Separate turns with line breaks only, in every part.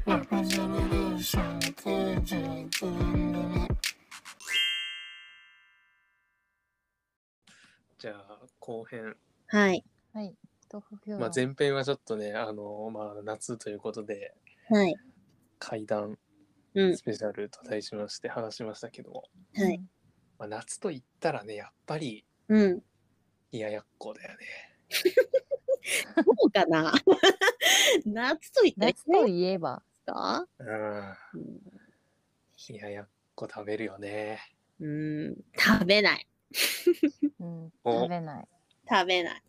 ージェネレーション91年組
じゃあ後編、
はい。
はい。東北評
まあ、
論
前編はちょっとねあの、まあ、夏ということで
はい。
怪談
うん
ス。ペシャルと題しまして話しましたけども、
はい。
まあ、夏と言ったらねやっぱり
うん。
冷ややっこだよね
そうかな 夏と言ったらい
夏といえば、
つか
う
うん
ん冷ややっこ食べるよね
うん。食べない。
うん、
お
食べない。
食べない。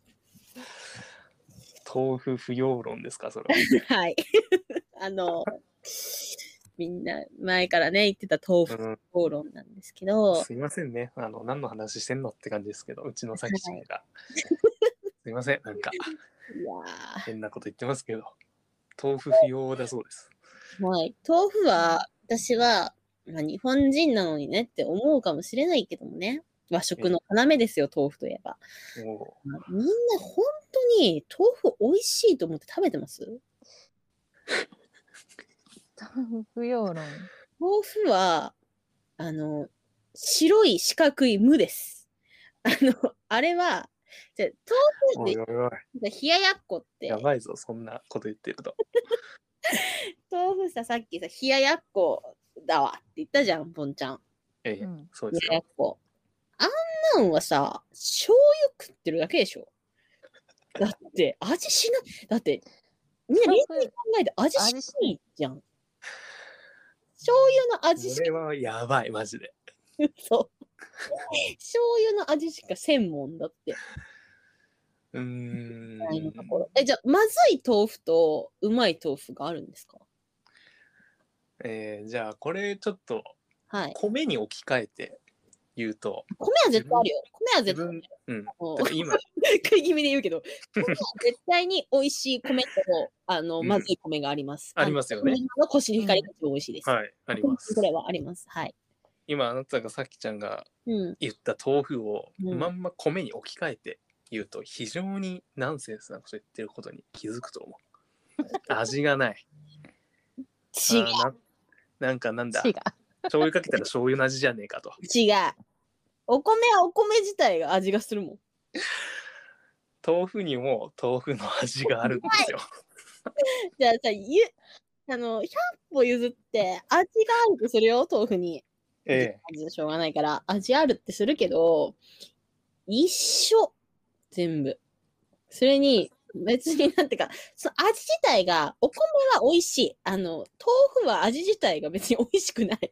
豆腐不要論ですか それは
はい。あの、みんな前からね、言ってた豆腐
うん
討論なんですけど、
すいませんねあの何の話してんのって感じですけどうちのさきちゃんがすいませんなんか
いや
変なこと言ってますけど豆腐不要だそうです
ーはい。豆腐は、私は、まあ、日本人なのにねって思うかもしれないけどもね、和食の要ですよ、豆腐といえば。
もう
みんな本当に豆腐美味しいと思って食べてます
豆腐用論。
豆腐は、あの、白い四角い無です。 あの、あれは、じゃ
お
豆
い
腐
おいおい
で、冷ややっこって
や、ばいぞそんなこと言ってると
豆腐さ、さっきさ、冷ややっこだわって言ったじゃん、ぽんちゃん。
ええ
うん
そう
冷
です
やや
よ
っこ。あんなんはさ、醤油食ってるだけでしょ。だって、味しない。だって、みんな冷静に考えて味しないじゃん。醤油の味し
こ
か
れはやばいマジで
そう。醤油の味しか専門だって。
うーん
ないのところえ、じゃあ、まずい豆腐とうまい豆腐があるんですか
えーじゃあこれちょっと
はい。
米に置き換えて言うと、
米は絶対あるよ。米は
自
絶対あ
分
る。、
うん、
もう
だから今、
食い気味で言うけど、米は絶対に美味しい米と、あの、
うん
まずい米があります。
ありま すよ
あ
ね
の。米の腰に光が一番美味しいです。
はい、あります
こ。れはあります。はい。
今、あなたがさきちゃんが
うん。
言った豆腐を、
うん
まんま米に置き換えて言うと、非常にナンセンスなこと言ってることに気づくと思う。味がない。
違う。
あーななんかなんだ、
違う
醤。油かけたら醤油の味じゃねえかと。
違う。お米はお米自体が味がするもん。
豆腐にも豆腐の味があるんですよ。
じゃあさ、ゆ、あの、100歩譲って、味があるとするよ、豆腐に。
え
味はしょうがないから、味あるってするけど、一緒。全部。それに、別になんていうか、その味自体が、お米は美味しい。あの、豆腐は味自体が別に美味しくない。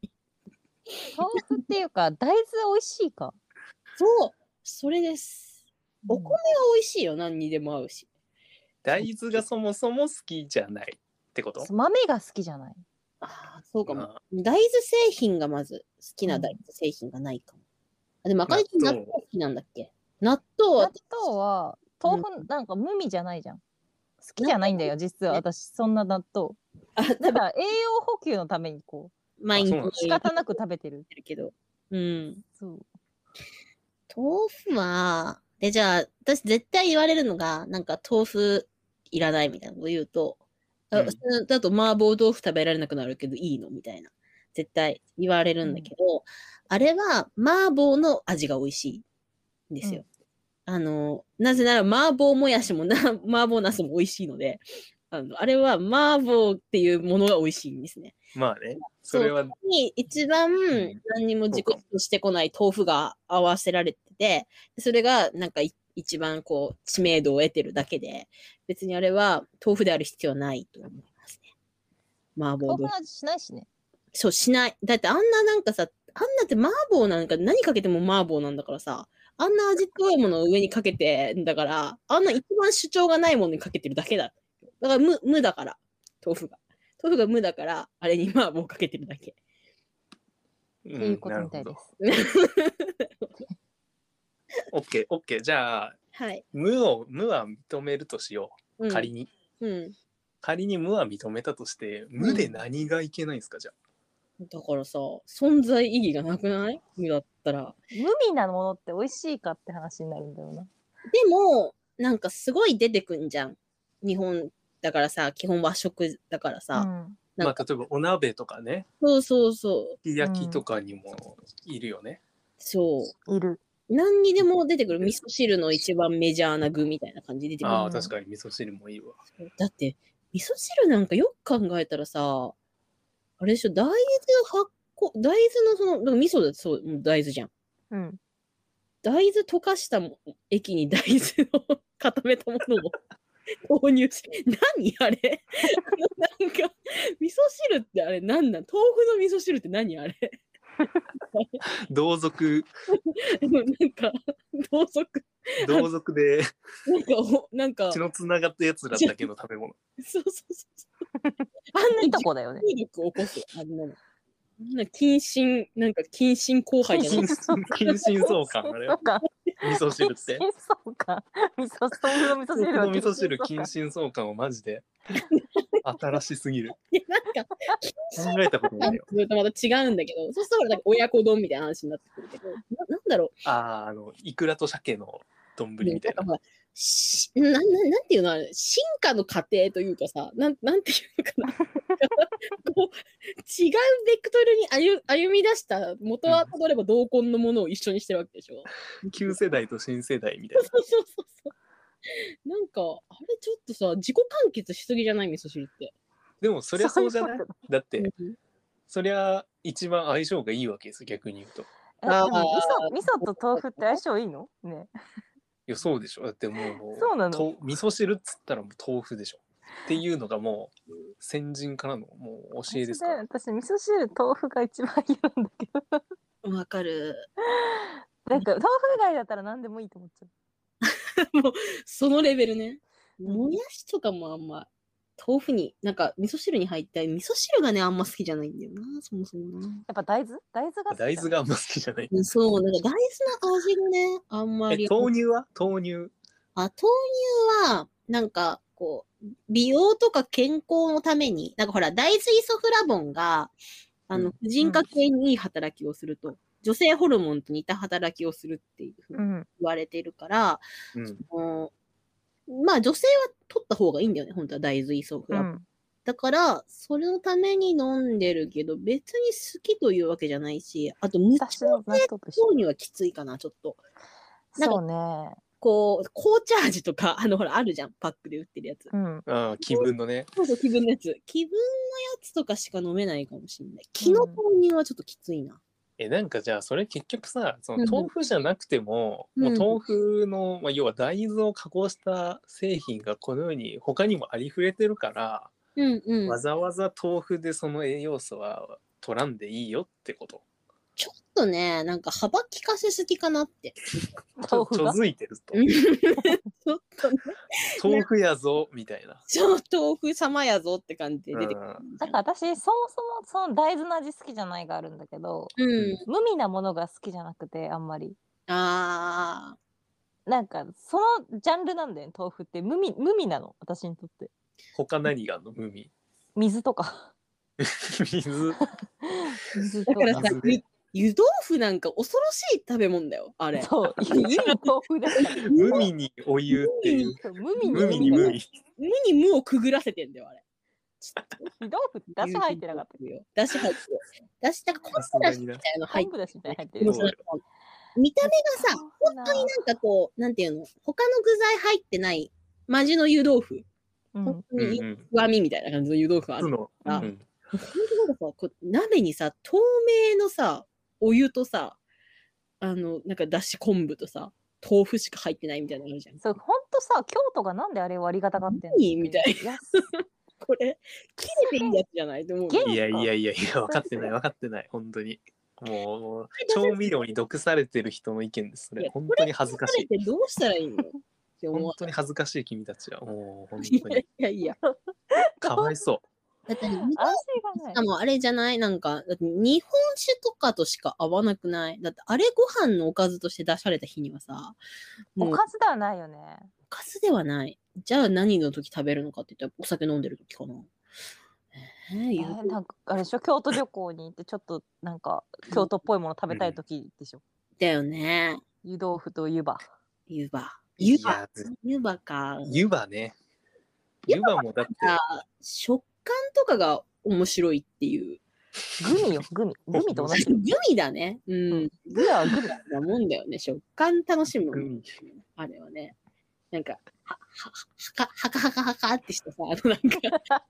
豆腐っていうか、大豆美味しいか。
そう。それです。お米
う
は美味しいよ。何にでも合うし。
大豆がそもそも好きじゃないってこと
ん豆が好きじゃない。
ああ、そうかも。
あ
大豆製品がまず、好きな大豆製品がないかも。あ、でも、赤い納
納豆
豆好きなんだっけ納豆は
納豆は、豆腐なんか無味じゃないじゃん。好きじゃないんだよ、実は私、そんな納豆。
あ
ただ、栄養補給のために、こ
毎日
あそうなん
う、仕方なく食べてる。
てるけど。うん。
そう。
豆腐は、で、じゃあ、私絶対言われるのが、なんか豆腐いらないみたいなこと言うと、あ
うん
それだと麻婆豆腐食べられなくなるけどいいのみたいな。絶対言われるんだけど、あれは麻婆の味が美味しいんですよ。あの、なぜなら麻婆もやしもな、 麻婆茄子も美味しいので、あの、あれは麻婆っていうものが美味しいんですね。
まあね、それは、
に一番
ん
何にも自己主張してこない豆腐が合わせられてて、それがなんかい一番こう知名度を得てるだけで、別にあれは豆腐である必要はないと思いますね。麻婆
豆
豆
腐の
腐。
味しないしね。
そう、しない。だってあんななんかさ、あんなって麻婆なんか何かけても麻婆なんだからさ、あんな味強いものを上にかけてんだから、あんな一番主張がないものにかけてるだけだ。だから無、無だから、豆腐が。豆腐が無だから、あれに麻婆かけてるだけ。
う
っていうんこ
な
と
る
みた
ほ
いで
ど。
す。
オッケー、オッケー。じゃあ、
はい。
無を、無は認めるとしよ
う
う。
ん、
仮に。
うん。
仮に無は認めたとして、無で何がいけないんですか、じゃあ。
だからさ、存在意義がなくない無だったら。
無味なものって美味しいかって話になるんだよな。
でも、なんかすごい出てくんじゃん。日本だからさ、基本和食だからさ、
うん
な
ま
ん
あ、例えばお鍋とかね、
そうそうそう。
すき焼きとかにもいるよね。
そ
いる。
う。何にでも出てくる味噌汁の一番メジャーな具みたいな感じで出てくる。
ああ、確かに味噌汁もいいわ。
だって、味噌汁なんかよく考えたらさ、あれでしょ、大豆発酵、大豆のその、だから味噌だってそう、もう大豆じゃん。
うん。
大豆溶かしたも液に大豆を固めたものを投入し、何あれ あのなんか、味噌汁ってあれ何なん豆腐の味噌汁って何あれ
同族、
なんか、同族、
同族で
なんかお、なんか、
血
そう
のつながったやつらだけの食べ物。
そうそうそう。あんないに
とこだよね。
重力を起こすよあんなの。あんな謹慎、なんか謹慎後輩じゃない
近近親相関あれ
なん
よ。
か、
味噌汁って。
新そうか。味噌、豆腐の味噌
僕
汁は
の味噌汁
禁
近
止
親相関はマジで新しすぎる。
いやなんか、
考えたこ とないよ。
それとまた違うんだけど、そうするとなんか親子丼みたいな話になってくるけど、ななんだろ
ああ、あの、イクラと鮭の丼
う、
みたい
なんか
な。
ほらしなななんていうのあれ進化の過程というかさ、なんなんていうのかな こう違うベクトルに歩歩み出した元はたどれば同根のものを一緒にしてるわけでしょ。
旧世代と新世代みたいな。
そうそうそうそう。なんか、あれちょっとさ、自己完結しすぎじゃない味噌汁って。
でもそりゃそうじゃないだって、
うん
そりゃ一番相性がいいわけですよ、逆に言うと。い
え、
あー
でも味噌、味噌と豆腐って相性いいのね。
や、そうでしょ。だってもう、
そうなの
と味噌汁っつったらもう豆腐でしょ。っていうのがもう、先人からのもう教えですから。
私、味噌汁、豆腐が一番嫌なんだけど。
わかる。
なんか、豆腐以外だったら何でもいいと思っちゃう。
そのレベルね。
ん
もやしとかもあんま、豆腐に、なんか味噌汁に入った味噌汁がね、あんま好きじゃないんだよな、そもそもな。
やっぱ大豆大豆が好きだね。
大豆があんま好きじゃない。
うんそう、なんか大豆の味がね、あんまり
え、。豆乳は豆乳。
あ、豆乳は、なんか、こう、美容とか健康のために、なんかほら、大豆イソフラボンが、あ
う
の
ん、
婦人科系にいい働きをすると、女性ホルモンと似た働きをするっていうふうに
うん。
言われてるから、
うん。
もうまあ女性は取った方がいいんだよね、本当は大豆イソフ
う
ラボン
ん。
だから、それのために飲んでるけど、別に好きというわけじゃないし、あと、無調
私の納
整
豆と一緒。
豆乳はきついかな、ちょっと。なんか
そうね。
こう、紅茶味とか、あの、ほら、あるじゃん、パックで売ってるやつ。
うん。
ああ、気分のね。
そうそう、気分のやつ。気分のやつとかしか飲めないかもしれない。気の豆乳はちょっときついな。
え、なんかじゃあ、それ結局さ、そ
うんう
の
ん
豆腐じゃなくても、
うん
もう豆腐の、まあ、要は大豆を加工した製品がこのように他にもありふれてるから、
うんうん。
わざわざ豆腐でその栄養素は取らんでいいよってこと。
ちょっとね、なんか幅利かせすぎかなって。
ちょ
豆腐
ちょ
が
づいてると
う。んちょっとね、
豆腐やぞ、みたいな。
ちょっと豆腐様やぞって感じで出てくる
う。
なんか私、そもそもその大豆の味好きじゃないがあるんだけど、
うん。
無味なものが好きじゃなくて、あんまり。
ああ。
なんか、そのジャンルなんだよね、豆腐って。無味、無味なの、私にとって。
他何があんの海。
水とか。
水。
水と
だ
か
からさ
水、で
ゆ湯豆腐なんか恐ろしい食べ物だよ、あれ。
そう、いい豆腐だから。
海にお湯っていう。
そう無味
海に
無味
無
が
味。
無に無をくぐらせてんだよ、あれ。
湯豆腐ってだし入ってなかった。
たよ。だし入ってるよ。だし、なんか
さす
昆布
が
だし
に
み
な
たいなの入っ
昆
て
布だしみたいに入って
る
る
よ。
昆布だし
見た目がさ、
本当
な
に
んかこう、なんていうの、他の具材入ってない、マジの湯豆腐。
な
本。当
うん
に
うん。
うまみみたいな感じの湯豆腐があ
普通
る。
の。う
あ
ん
ほんとなんかさ、こう鍋にさ、透明のさ、お湯とさ、あの、なんかだし昆布とさ、豆腐しか入ってないみたいなのあるじゃん。
そう、本当さ、京都がなんであれをありがたがってんの
何みたい
な。
これ、切れていいやつじゃないと思う。
元
いやいやいやいや、分かってない分かってない、本当に。もう、調味料に毒されてる人の意見です。そ
い
れ、
や
本当に恥ずかしい。
これどうしたらいいのって思
本
わ
当に恥ずかしい君たちは。もう、本
い
当
やい
に。
やいや。
かわいそ
だって、
安心が
し
な
か
い。
もあれじゃないなんか、だって日本酒とかとしか合わなくないだって、あれご飯のおかずとして出された日にはさ、も
お
うお
かずではないよね。
かずではない。じゃあ何の時食べるのかって言ったら、お酒飲んでる時かな。えー、
え
言
ー
う
なんかあれでしょ京都旅行に行ってちょっとなんか京都っぽいもの食べたい時でしょ
だよね。
湯豆腐と湯葉
湯葉。
う。い
湯
や
葉。、湯葉か。
湯葉ね。湯葉もだって、
食感とかが面白いって いう。
グミよ、グミ。グミと同じ。
グミだね。うん。
グラは グミ。
なもんだよね。食感楽しむもんね、
うん
あれはね。なんか、は、は、はか、はかはかはかってしてさ、あのなんか、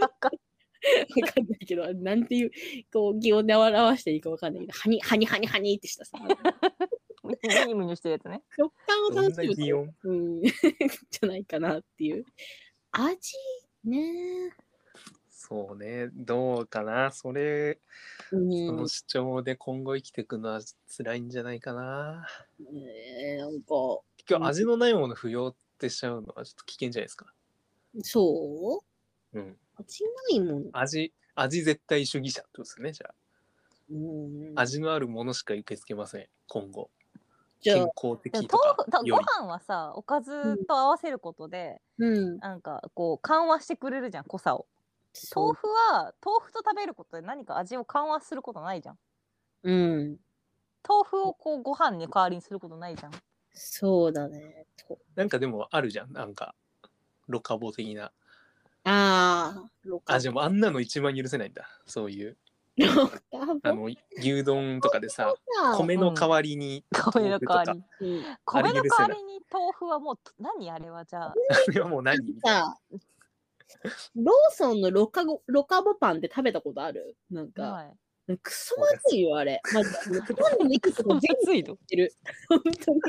わかんないけど、なんていう、こう、擬音で表していいかわかんないけど、はに、はにはにはにってしたさ、
むにゅむにゅしてるやつね。
食感を
どん
楽
な
しむ
擬音
うん、 じゃないかなっていう。味ね、
そうねどうかなそれそ
うん
の、主張で今後生きていくのは辛いんじゃないかな
えーなんか、
結局味のないもの不要ってしちゃうのはちょっと危険じゃないですか
そ
うん
う味ないもん。
味味絶対主義者ってことですよねじゃ
うん
あ、味のあるものしか受け付けません今後
じゃ
健
あ、
康的
でも
とか
豆腐た
よ
ご
り
飯はさ、おかずと合わせることで、
うん。
なんかこう緩和してくれるじゃん、濃さを。
そう
豆腐は豆腐と食べることで何か味を緩和することないじゃん。
うん。
豆腐をこうご飯に代わりにすることないじゃん。
そうだね。と
なんかでもあるじゃんなんかロカボ的な
ああ、ロカ
あでもあんなの一番許せないんだそういう
ロカボ
あの牛丼とかでさ
か
米の代わりに、
米の代わりに。
うん
あれ
米
許
の
せ
代
な
わりに豆腐はもうと何あれはじゃあ
あれはも う何みたいな
さ、ローソンのロカゴロカボパンって食べたことあるなんか、
はい
クソまずいよ、あれ。まず、ほとんどのいくつも全部
熱いの
ってる。本当に。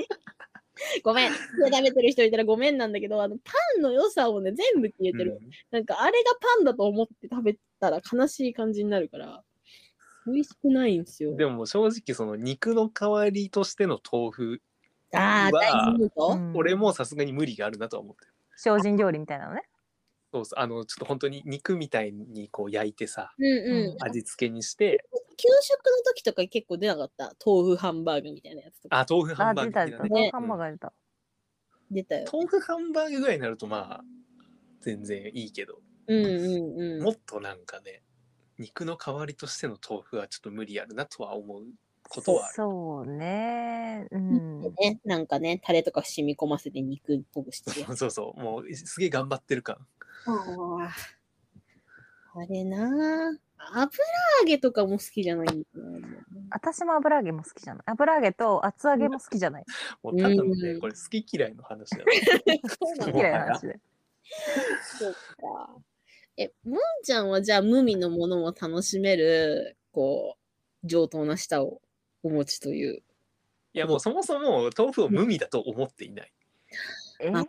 ごめん。今食べてる人いたらごめんなんだけど、あの、パンの良さをね、全部消えてる。
うん
なんか、あれがパンだと思って食べたら悲しい感じになるから、美味しくないんですよ。
でも正直その肉の代わりとしての豆腐、
ああ、
うわー
大豆ミート
うん
俺もさすがに無理があるなとは思ってる
精進料理みたいなのね。
そうそうあのちょっと本当に肉みたいにこう焼いてさ
うんうん。
味付けにして
給食の時とか結構出なかった豆腐ハンバーグみたいなやつとか
あ豆腐ハ
あ
ンバー
出
グ
た
的
出
な
た。
ね
ね、ハンバーガー出た。
出たよ。
豆腐ハンバーグぐらいになるとまあ全然いいけど、
うんうんう
も
ん。
っとなんかね肉の代わりとしての豆腐はちょっと無理あるなとは思うことはある
そうね。うん。
ね、なんかね、タレとか染み込ませて肉っぽくしてるやつ。
そうそうもうすげえ頑張ってる感
あれなぁ。油揚げとかも好きじゃないんだよね。
私も油揚げも好きじゃない。油揚げと厚揚げも好きじゃない。
もうただのね、
うん
これ好き嫌いの話だよ
そうな
なの
んだ
好き嫌いな話で。
か。え、もんちゃんはじゃあ無味のものも楽しめる、こう、上等な舌をお持ちという。
いやもうそもそも豆腐を無味だと思っていない
えー
ああ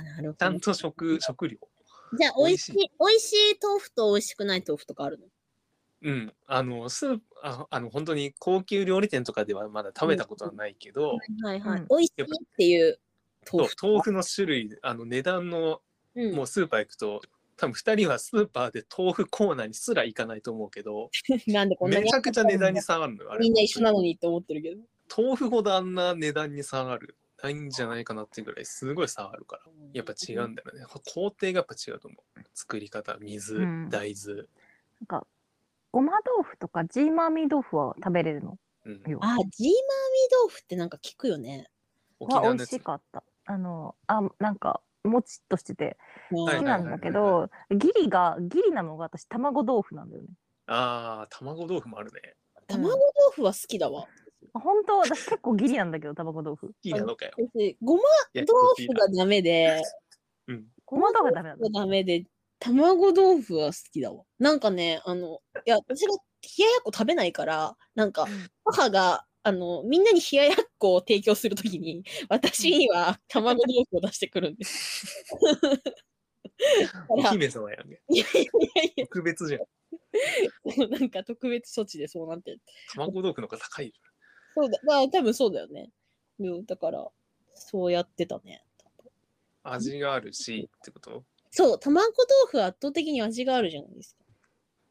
あ、なるほ
ちゃ
ど
ん。と食食料
じゃあ、美味しい、
美
美味しい豆腐と美味しくない豆腐とかあるの
うん、あのスープああの本当に高級料理店とかではまだ食べたことはないけど、
はいはい。
うん
美味しいっていう豆
豆
腐
腐。豆腐の種類あの値段の
うん
もうスーパー行くと多分2人はスーパーで豆腐コーナーにすら行かないと思うけど
なんでこんな
め
に
ちゃくちゃ値段に下がるのよあれ
みんな一緒なのにって思ってるけど。
豆腐ほどあんな値段に下がるないんじゃないかなってぐらいすごい下がるからやっぱ違うんだよね工程がやっぱ違うと思う作り方水、
うん
大豆、
なんか、ごま豆腐とかジーマーミー豆腐は食べれるの
うん、
よ。
あ、ジーマーミー豆腐ってなんか聞くよね。
沖
は
縄
美
の
味
や
し
つ
かった。あの、あ、なんか、もちっとしてて
は
好
い
き
はい
な
はい
んだけど、ギリが、ギリなのが私、卵豆腐なんだよね。
あー卵豆腐もあるね
卵豆腐は好きだわ。
あ本当私結構ギリなんだけど、卵豆腐。
いいなのかよ
私ごま
いや
豆腐がダメで、
うん
ごま豆腐はダメなんだ
が。ダメで、卵豆腐は好きだわ。なんかね、あの、いや、私が冷ややっこ食べないから、なんか
うん
母が、あの、みんなに冷ややっこを提供するときに、私には卵豆腐を出してくるんです。 だ
お
から
姫様やね
いやいやいや
特別じゃん
いや、なんか特別処置でそうなってる
卵豆腐の方が高いよ
そうだ、まあ多分そうだよね。うんだから、そうやってたね。
味があるしってこと
そう、卵豆腐は圧倒的に味があるじゃないですか。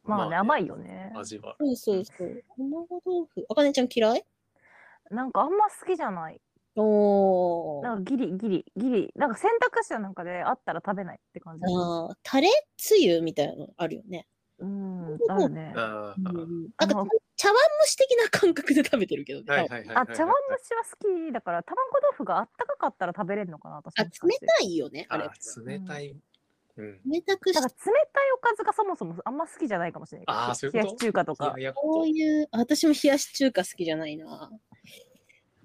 まあ
まあ
ね、
ね
甘いよね。
味は
そうそうそう。卵豆腐。あかねちゃん嫌い
なんかあんま好きじゃない。
おー。
なんかギリギリギリ。なんか選択肢の中であったら食べないって感じ。
あータレつゆみたいなのあるよね。
うん、あるね。
あ
う
ー、
ん、な
あ
んか
の
茶碗蒸し的な感覚で食べてるけどね。
はいはいはいはい、
あ、茶碗蒸しは好きだから、卵豆腐があったかかったら食べれるのかな、私
あ、
も
冷
しかして。
たいよね、あれ。
あ冷たいうん。
冷たくし
だか
て
ら冷たいおかずがそもそもあんま好きじゃないかもしれないけど。
ああ、そういうこ
冷や
と
し中華とか
い。ややっ
こ
こ
ういう、私も冷やし中華好きじゃないな。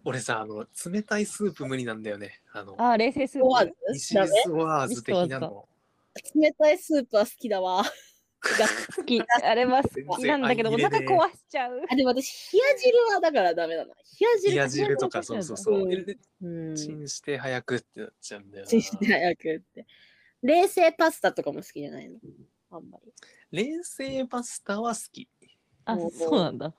俺さ、あの、冷たいスープ無理なんだよね。あの、
ああ、冷製スー
思わ
プ
ず。
西
ダ
リ
メ
スワーズ的なの。
冷たいスープは好きだわ。
好き。あれは好きなんだけど、お
全然入れ
腹
ねえ
壊しちゃう。
あ、でも私、冷や汁はだからダメだな。冷や汁
冷や汁とか、そ
そ
うう
そ
そうう
そ
そうう。
うん。
チンして早くってなっちゃうんだよ
チンして
な。
早くって。冷製パスタとかも好きじゃないのあんまり。
冷製パスタは好き。
あ、そうなんだ。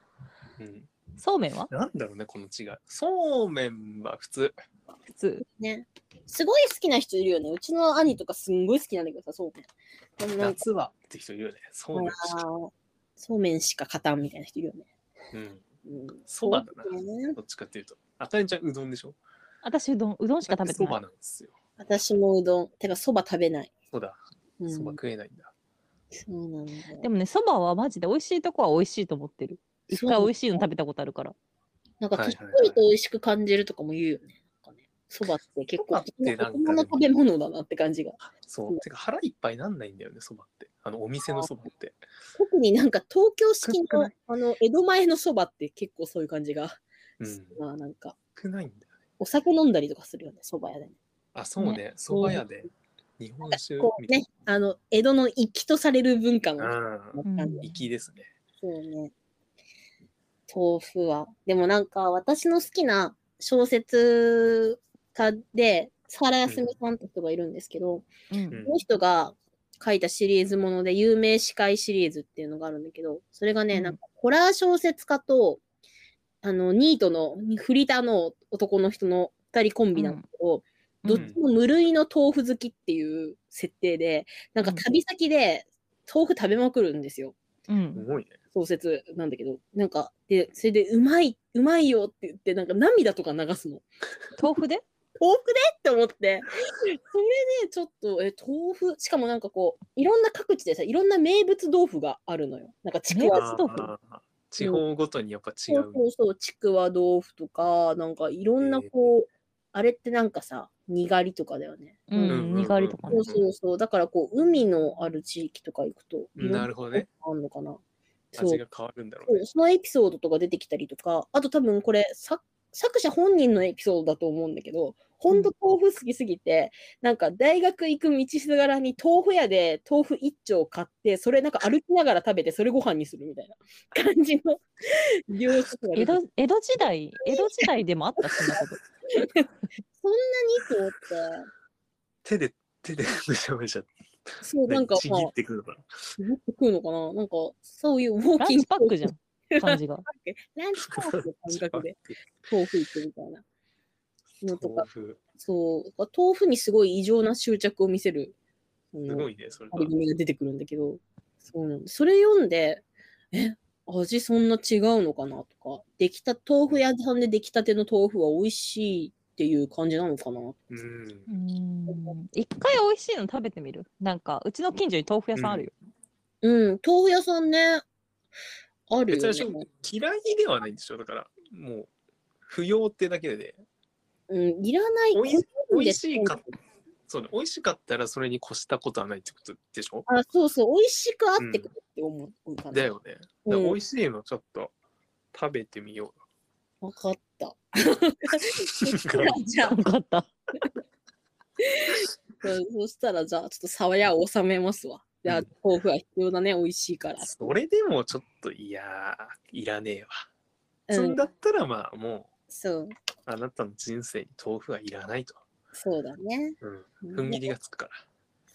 うん。
そうめんは
なんだろうね、この違い。そうめんは普通。
普通。
ね。すごい好きな人いるよね。うちの兄とかすんごい好きなんだけどさ、そうめん。でもなんか、
夏はって人いるよね。そうめんし
あ
か。
ーそうめんしか勝たんみたいな人いるよね。
うん。
うん、
そばだな
そうね
どっちかっていうと。あかねちゃん、うどんでしょ
私、うどん、うどんしか食べて
そ
な
ば
い。
なんですよ。
私もうどん。てか、そば食べない。
そうだ。
うん、
そば食えないんだ。
そうなんだよ。
でもね、そばはマジで美味しいとこは美味しいと思ってる。一回
そう
美味しいの食べたことあるから。
なんか、
はい
ぷ
は
っ
い
く
はい
りと美味しく感じるとかも言うよね。なんかねそばって結構、
そばってなんか
大人の食べ物だなって感じが。
そう。てか、腹いっぱいなんないんだよね、そばって。あの、お店のそばって。
特になんか東京式
少
の
な
あの江戸前のそばって結構そういう感じが、
うん。
まあなんか
少ないんだよね。
お酒飲んだりとかするよね、そば屋でね。
あ、そうね。そば屋で。日本酒
こう
みたい
ね、あの江戸の粋とされる文化の
な。うん。
持ったん
うん
で、
粋ですね。
そうね。豆腐は。でもなんか私の好きな小説家で、原康美さんって人がいるんですけど、
うん。
この人が書いたシリーズもので、有名司会シリーズっていうのがあるんだけど、それがね、
うん
なんかホラー小説家と、あの、ニートの、フリタの男の人の二人コンビなんだけど、
うん
どっちも無類の豆腐好きっていう設定で、なんか旅先で豆腐食べまくるんですよ。
う
す
ん。
ごいね。
小説なんだけど、なんか、で、それで、うまい、うまいよって言って、なんか涙とか流すの。
豆腐で
豆腐でって思って、それでちょっと、え、豆腐、しかもなんかこう、いろんな各地でさ、いろんな名物豆腐があるのよ。なんかちく
名
わ、
物豆腐
あー地方ごとにやっぱ違
そう
う。
そうそう、ちくわ豆腐とか、なんかいろんなこう、あれってなんかさ、にがりとかだよね。
う
うん
ん。
うん
にがりとか
そ
ね
う。そうそう、だからこう、海のある地域とか行くと、いろん
なるほどね。
あんのかな。そう
味が変わるんだろう
そ
ね
う。そのエピソードとか出てきたりとか、あと多分これ作作者本人のエピソードだと思うんだけど、ほんと豆腐好きすぎて、なんか大学行く道すがらに豆腐屋で豆腐一丁買って、それなんか歩きながら食べて、それご飯にするみたいな 感じ の量とかが
江
出て
戸江戸時代、江戸時代でもあった、そんなこと。
そんなにと思って、
手で、手でむしゃむしゃ。
そうなん か、
ち
まあ、
ぎ
も
ってくるのかな。
っと食うのかななんか、そういうウォー
ラン
キン
チ
グ
パックじゃ ん、感じが。
ランチパックの感覚 で豆腐行くみたいなのとか
豆腐。
そう、豆腐にすごい異常な執着を見せる、あ
す
の
ごいね、それ
あ
は
り。組が出てくるんだけど、そうなんそれ読んで、え、味そんな違うのかなとか、できた、豆腐屋さんでできたての豆腐は美味しいっていう感じなのかな。
うん
う。ん一回美味しいの食べてみるなんか、うちの近所に豆腐屋さんあるよ。
うん、豆腐屋さんね、ある
別
よ
に
ね。
嫌いではないんでしょだから、もう、不要ってだけで、
うん、いらない。
おい
好み
美
で
味しいか、そうね、美味しかったらそれに越したことはないってことでしょ
あ、そうそう、美味しくあってくるって思うかな。
だよね。だ
う
から
ん
美味しいのちょっと食べてみよ
わかった。
う。
じゃあ
よか った。
そうそしたら、じゃあ、ちょっと沢屋を収めますわ。じゃあ
うん、
豆腐は必要だね、美味しいから。
それでもちょっと、いやー、いらねえわ。そ
うんん、
だったら、まあ、も
そう、
う、あなたの人生に豆腐はいらないと。
そうだね。
うん。
う
踏ん
ん
切りがつくから。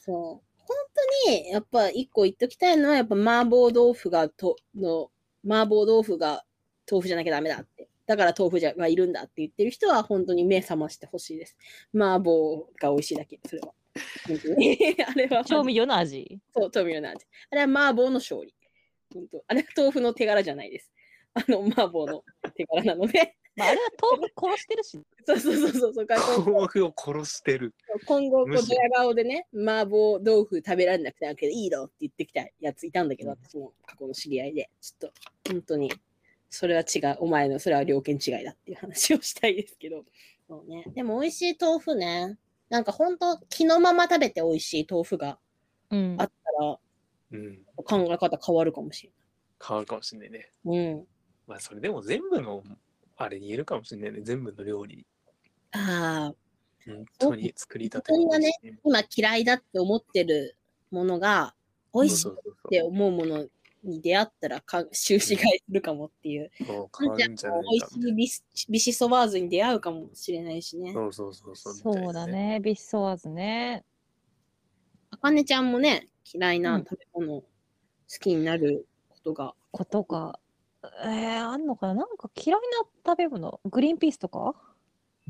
そう。本当に、やっぱ一個言っときたいのは、やっぱ麻婆豆腐がと、の、麻婆豆腐が豆腐じゃなきゃダメだって。だから豆腐じゃがいるんだって言ってる人は、本当に目覚ましてほしいです。麻婆が美味しいだけ、それは。本当に あれは、
調味料の味。
そう、調味料の味。あれは麻婆の勝利。本当あれは豆腐の手柄じゃないです。あの、麻婆の手柄なので。
まあ、あれは豆腐殺してるし。
そうそうそうそうそう。
豆腐を殺してる。
今後、こう
むし
ド
ろ
ヤ顔でね、麻婆豆腐食べられなくてあるけど、いいのって言ってきたやついたんだけど、私も過去の知り合いで、ちょっと、本当に、それは違う、お前の、それは両県違いだっていう話をしたいですけど。そうね。でも、美味しい豆腐ね。なんか、本当気のまま食べて美味しい豆腐が
うん
あっ。たら
うん。
考え方変わるかもし
変わるかもしんないね。
れない。うん。
まあそれでも全部のあれに言えるかもしんないね。全部の料理。
ああ、
本当に作りたて
本当
の
はね
美味しい
今嫌いだって思ってるものが美味しい
そ
っ
うそうそう
て思うものに出会ったらか収支買いするかもっていう。
そうそう変
な
わ
んちゃ
る
ん
ん
も
じゃない
美
か
味しいビシビシソワーズに出会うかもしれないしね。
そうそうそうそう。
そうだ。ね。ビスソワーズね。
あかねちゃんもね、嫌いな
うん
食べ物好きになることが。
ことが。えー、あんのかななんか嫌いな食べ物。グリーンピースとか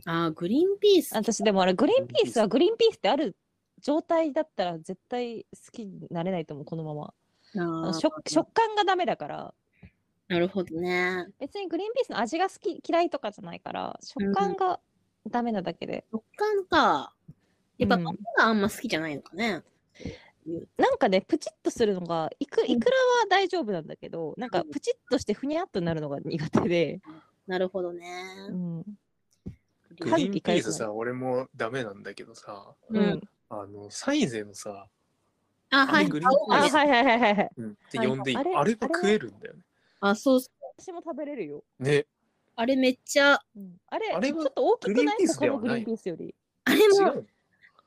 ああ、グリーンピース。
私でもあれ、グリーンピースは
グ
グリーンピースってある状態だったら絶対好きになれないと思う、このまま。あの
あー
食食感がダメだから。
なるほどね。
別にグリーンピースの味が好き嫌いとかじゃないから食
うん
感がダメなだけで、
食感か。やっぱ、
うん
豆があんま好きじゃないのかね。
なんかねプチッとするのがいくいくらは大丈夫なんだけどなんか
うん
プチッとしてふにゃっとなるのが苦手で、
なるほどね。
うん
グリーンピースさ、俺もダメなんだけどさ、
うん
うん
あの、サイゼのさ、
あ、は
あ
い
れ。グリーンピ
あは
ー
い
ス
はいはいはいはい
うんって呼んでいい。
あれ
あれは食えるんだよね。
あ、そうそう。
私も食べれるよ、
ね。
あれめっちゃ、
うんあれ
あれ
ち
は
ょっと大きくないで
グ
すか
リ
こ
ー
の
ンピースではない
グリーンピースよ
あ
り
れ
違
も、
う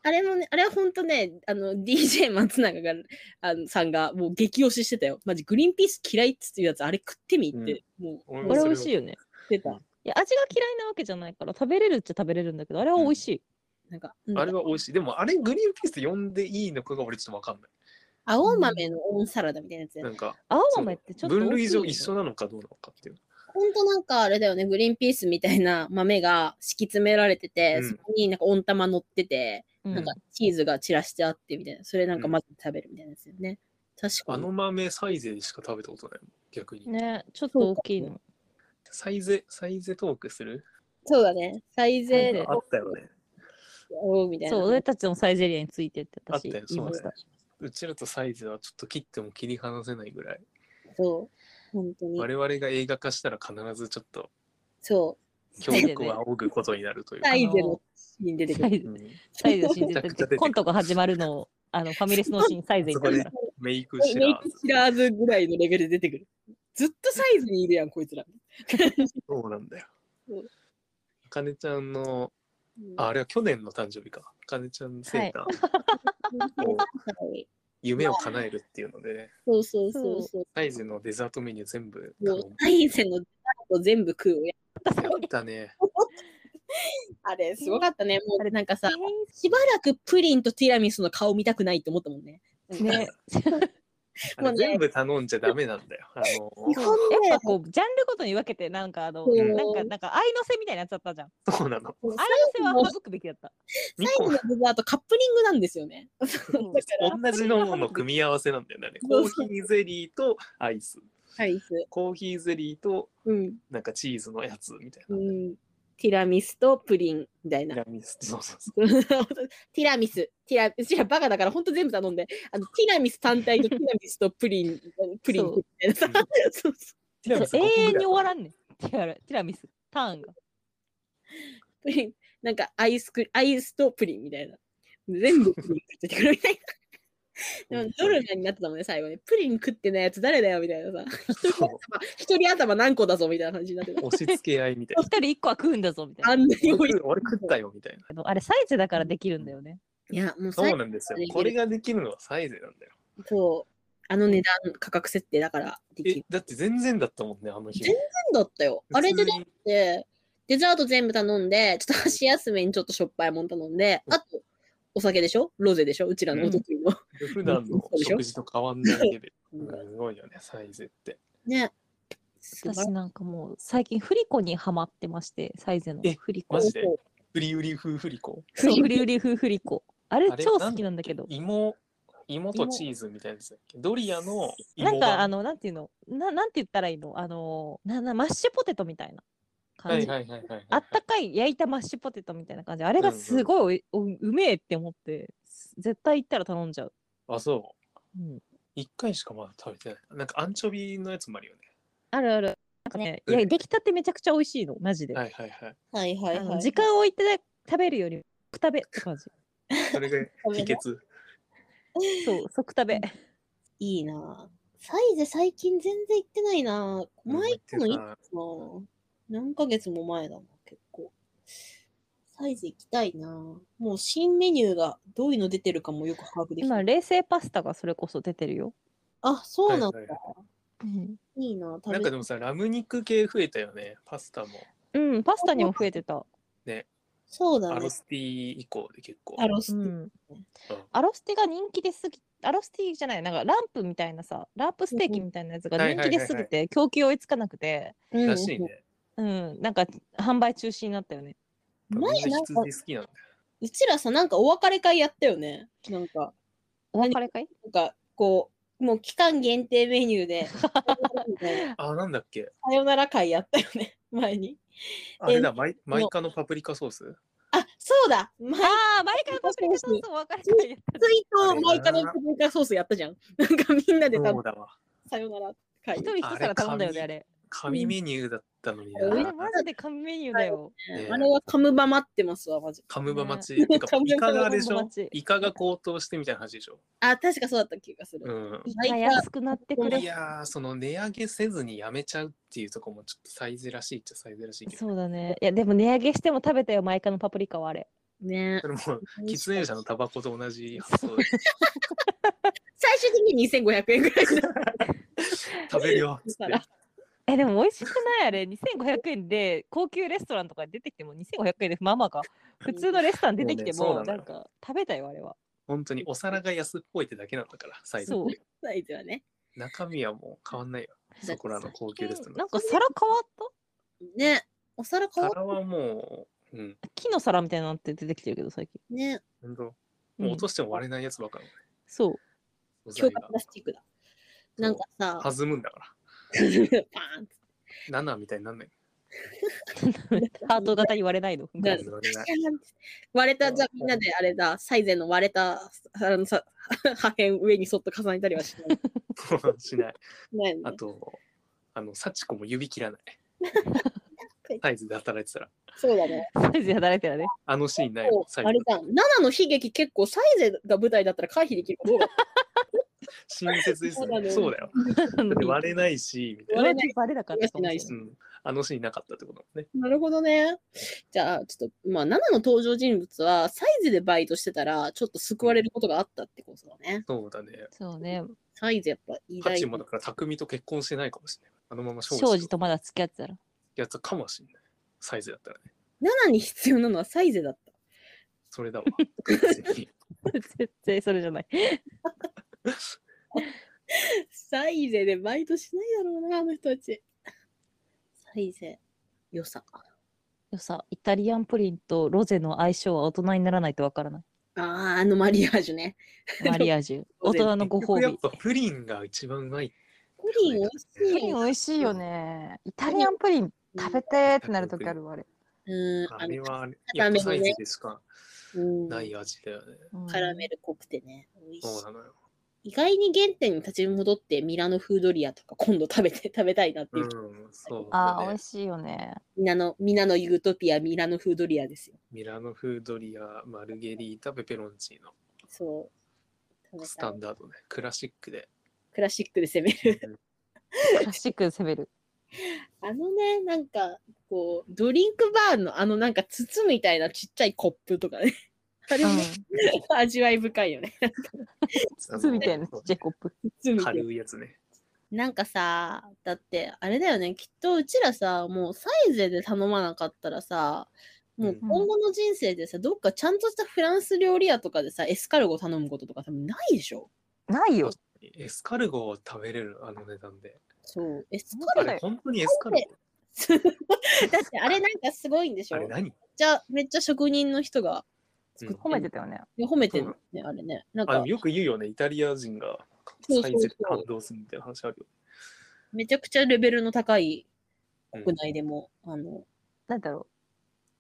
あれもね、あれは本当ね、あの、DJ 松永が、あの、さんが、もう激推ししてたよ。マジ、グリーンピース嫌いっつっていうやつ、あれ食ってみって、もう、
俺
あ
も
れ
そ
美
れ
味しいよね
言ってた。
いや味が嫌いなわけじゃないから食べれるっちゃ食べれるんだけどあれは美味しい、
なんか、
あれは美味しい。でも、あれグリーンピース呼んでいいのかが俺ちょっとわかんない。
青豆のオンサラダみたいなやつだよ
な
ね
んか、
青豆ってちょっと
分
美
類
味しいよ
上
ね
一緒なのかどうなのかっていう。
ほんとなんかあれだよね、グリーンピースみたいな豆が敷き詰められてて、
うん
そこになんか温玉乗ってて、
うん
なんかチーズが散らしてあってみたいな、それなんか混ぜて食べるみたいなやつよね。確か
あの
に。
豆サイゼでしか食べたことないもん。逆に。
ねちょっと大きいの
サイゼ、サイゼトークする
そうだね。サイゼ
サイ
で
ゼ
あったよね。
みたいな。
そう俺たちのサイゼリアについてって私
あったよ
言いました
うちらとサイゼはちょっと切っても切り離せないぐらい。
そう。本当に。
我々が映画化したら必ずちょっと
そ。
教育を仰ぐことになるといううか
サ。イゼのシーン出てく
サ
る。
イ
う
ズ
ん
サイズ信
め
じ
ちゃくち
て
ゃ出てく
て、
る
コントが始まるのを、あの、ファミレスのシーン、サイズに
そ
行っ
こ
て
で
た。
メイク
メイ
し
メイ
ら
ク知らずぐらいのレベルで出てくる。ずっとサイズにいるやん、こいつら。
そうなんだよ
そう。
あかねちゃんの、ああれは去年の誕生日か。あかねちゃんのセーター、
はい
夢を叶えるっていうので、
そうそうそうそう。
サイゼのデザートメニュー全部
も
頼
う
む。
サイゼのデザート全部食うや
やったね。
あれ、すごかったね。も
あ
う
れ
なんかさ、しばらくプリンとティラミスの顔見たくないって思ったもんね。
ね、
あれ
もうね
全部頼んじゃダメなんだよ。あの
日
そう
本
や
で
っぱこう、ジャンルごとに分けて、なんかあの、
そう
なんか、なんか、愛のせみたいなやつだったじゃん。
そうなの。
愛のせは省くべきだった。
日
サイズ
本
のデザートカップリングなんですよね。だから、
同じのもの組み合わせなんだよね。あれコ
そうそう
ーヒーゼリーとアイス。
サイズ。
コーヒーゼリーと
うん。
なんかチーズのやつみたいうな。
ん。ティラミスとプリンみたい
テ
な。
ィラミス。そうそう
本
そ
当 ティラミス、ティラ、うちらバカだから本当全部頼んで、あのティラミス単体とティラミスとプリ ン、プリンみたいなさ
そ
そうそう
う、う。ティラミス
そう永遠に終わ
ん。
らんねん。ティラティラミス、ターンが。
プリン、なんかアイスクリ、アイスとプリンみたいな。全部プリン食ってくるみたいな。でもドルマになってたもんね、最後ね。プリン食ってないやつ誰だよみたいなさ。
そう
一人頭何個だぞみたいな感じになってた。
押し付け合いみたい
一人一個は食うんだぞ、みたい
あ
な。
んなに
な。
多い
俺。 俺食ったよみたいな。
あのあれ、サイズだからできるんだよね。
いや、もう
そう
最
なんですよ
サイ。ズ
これができるのはサイゼなんだよ。
後、あの値段、価格設定だからでき
え
る。、
だって全然だったもんね、あの日。
全なんだったよ。あれで
普通に
で、デザート全部頼んで、ちょっと箸休めにちょっとしょっぱいもん頼んで、
うん
あと、お酒でしょロゼでしょうちらのお得意の。
普段の食事と変わんないレベル。
うん
すごいよね、サイゼって。
ね。素晴らし
私なんかもう、最近、フリコにハマってまして、サイズの
え
フリコ
マ。ジで
い。
フリウリ風フリコ
フリフリフリフフリコ。あれ
あ、れ
超好きなんだけど。
芋、芋とチーズみたいなやつだっけドリアの
な
芋
んか
版
あのなんていうのななんて言ったらいいのあのななマッシュポテトみたいな
は
感
い
じ、
はいはいはいはい。
あったかい焼いたマッシュポテトみたいな感じあれがすごいおいおうめえって思ってす絶対行ったら頼んじゃう、
あ、そう。
うん、
一回しかまだ食べてない。なんかアンチョビのやつもあるよね。
あるあるなんかね、
うん
いや出来たてめちゃくちゃ美味しいのマジで、
はいはいはい。
はいはい
あ
は
の
い。
時間置いて食べるより食べって感じ
それが秘訣。
そう、即食べ。
いいなぁサイゼ最近全然行ってないなぁ前行ったのい
うん行って
つな何ヶ月も前だな、結構。サイゼ行きたいなぁもう新メニューがどういうの出てるかもよく把握できな
今、
い。
冷製パスタがそれこそ出てるよ。
あ、そうなんだ。
はいい
い
はい
なぁ食べ
なんかでもさ、ラム肉系増えたよね。パスタも。
うん、パスタにも増えてた。
そうだ
ア
ね
ロ。スティ以降で結構。
アロス
う
ティ
ん。アロステが人気ですぎ、アロステじゃない、なんかランプみたいなさ、ランプステーキみたいなやつが
はい
人
はいは
気
いはい
ですぎて、供給追いつかなくて、
うん
らしいね。
うん、なんか販売中止になったよね。
みん
前
な
なん
羊
か、
好きなんだよ。
うちらさ、なんかお別れ会やったよね。なんか、
お別れ会
なんかこう、もう期間限定メニュー で、みたいな
あ、なんだっけ。
さよなら会やったよね、 前に。
あれだ、マイマイカのパプリカソース。
あ、そうだ
あ
毎
あ、毎回パプリカソースお別れ会やっ
回
あ
た。
と
れな
毎回のパプリカソースやったじゃん。 なんかみんなで
そ
多
う
分
だわ。
さよなら会
一人一皿頼んだよね、あ
あ
れ。
神メニューだったのに
うん
あれ
な。
マジで神メニューだよ。
ね
あれはカムバマってますわ、マジ。
カムバ待ち。てか
カム
イカがあれでし
カムバ
ょ
待ち
イカが高騰してみたいな話でしょ。
あ、確かそうだった気がす
う
る。
ん。
い
毎
や
回
安くなってく
い
れ。
やー、その値上げせずにやめちゃうっていうとこもちょっとサイズらしいっちゃサイズらしいけど。
そうだね。いや、でも値上げしても食べたよ、毎回のパプリカはあれ。
ね
それも喫煙者のタバコと同じ発 想で
最終的に2500円ぐらいになっ
食べるよっつったて
ら。。
え、でも美味しくないあれ。2500円で、高級レストランとか出てきても2500円で、ママが。普通のレストラン出てきて
そう
も、
ねそうな
な
のよ
んか食べたよ、あれは。
本当にお皿が安っぽいってだけなんだから、サイズって
そう
サイズはね。
中身はもう変わんないよ。そこらの高級レストラ
な
ン
ん。か皿変わった
ね。お皿変わっ
皿はもう、うん、
木の皿みたいなのって出てきてるけど、最近。
たね。
本当。も
う
うん落としても割れないやつばっかり、
そう。
素
強
材
化
が
プラスチックだ。なんかさ、 パ
弾むんだか
ーンって。
ら。7みたいになんない。
ハート型言われないの。
なる
割れない。
割れた、じゃあみんなであれだ、サイゼの割れた、あのさ、 破片上にそっと重ねたりはしない。
しない。
ないの
あ
ね
と、あの、幸子も指切らない
い。
サイズで働いてたら。
そうだね。
サイズで働いてたね。
あのシーンない
そ
も、
うん
最
あれ
後。
じゃん。7の悲劇結構サイゼが舞台だったら回避できるかどうか。
親切です
そうだね
ね。そうだよ。 だって割れないし、みたいな。
割れない
バレなかったかもしれ
し
う
ない。
ん。あのシーンなかったってことだね。
なるほどね。じゃあ、ちょっと、まあ、7の登場人物は、サイズでバイトしてたら、ちょっと救われることがあったってことだね。
そうだね。
そうね。
サイズやっぱ偉
ハ
大
チもだから匠と結婚してないかもしれない。あのまま庄
庄
司
司
と
とまだ付き合ってたら。
やったかもしれない。サイズだったらね。
7に必要なのはサイズだった。
そ れだわ。別に
絶対それじゃない。
サイゼでバイトしないだろうな、あの人たち。サイゼ、良さ。
よさ、イタリアンプリンとロゼの相性は大人にならないとわ からない。
ああ、あのマリアージュね。
マリアージュ。
ロ
大
ゼ
人のご
結
褒美。
局やっぱプリンが一番うまい。
プリン美味しい。
美味しいね。イタンプリンてー時るわ、あれ。
うん、
あ
あ
れ
の、
は、や
硬
っ
めの
ぱサ
ね
イズでしか
うん、
ない味だよね。
うん
絡める濃くてね。美味しい
そうなのよ。
意外に原点に立ち戻ってミラノフードリアとか今度食べて 食べたいなって
う
いう、
ん、そう
あ
だ
あ、美
ね
味。しいよね。
ミラノミラノユートピアミラノフードリアですよ
ミラノフードリア、マルゲリータ、ペペロンチーノ。
そう食べ
ス
た
タ
い
ンダードね。クラシックで。
クラシックで攻める
クラシックで攻め る。
あのねなんかこうドリンクバーのあのなんか筒みたいなちっちゃいコップとか ねあれも味わい深いよね
筒みたいなちっちゃいコップ。
筒みたいな
軽いやつね。
なんかさだってあれだよねきっとうちらさもうサイゼで頼まなかったらさもう
うん
今後の人生でさ、どっかちゃんとしたフランス料理屋とかでさエスカルゴ頼むこととか多分ないでしょ
ないよ。
エスカルゴを食べれる、あの値段で。
そうエスカ
あ
ルゴ
れ、本当にエスカルゴ
だってあれなんかすごいんでしょ
あ
め
れ
っ
何
ちゃめっちゃ職人の人が作って
褒めてたよね。
褒めてるねあれねなん
あで
か
もよく言うよね、イタリア人が
そうそうそう
サイズで感動するみたいな話あるよ。
めちゃくちゃレベルの高い
うん
国内でも、あの
なんだろ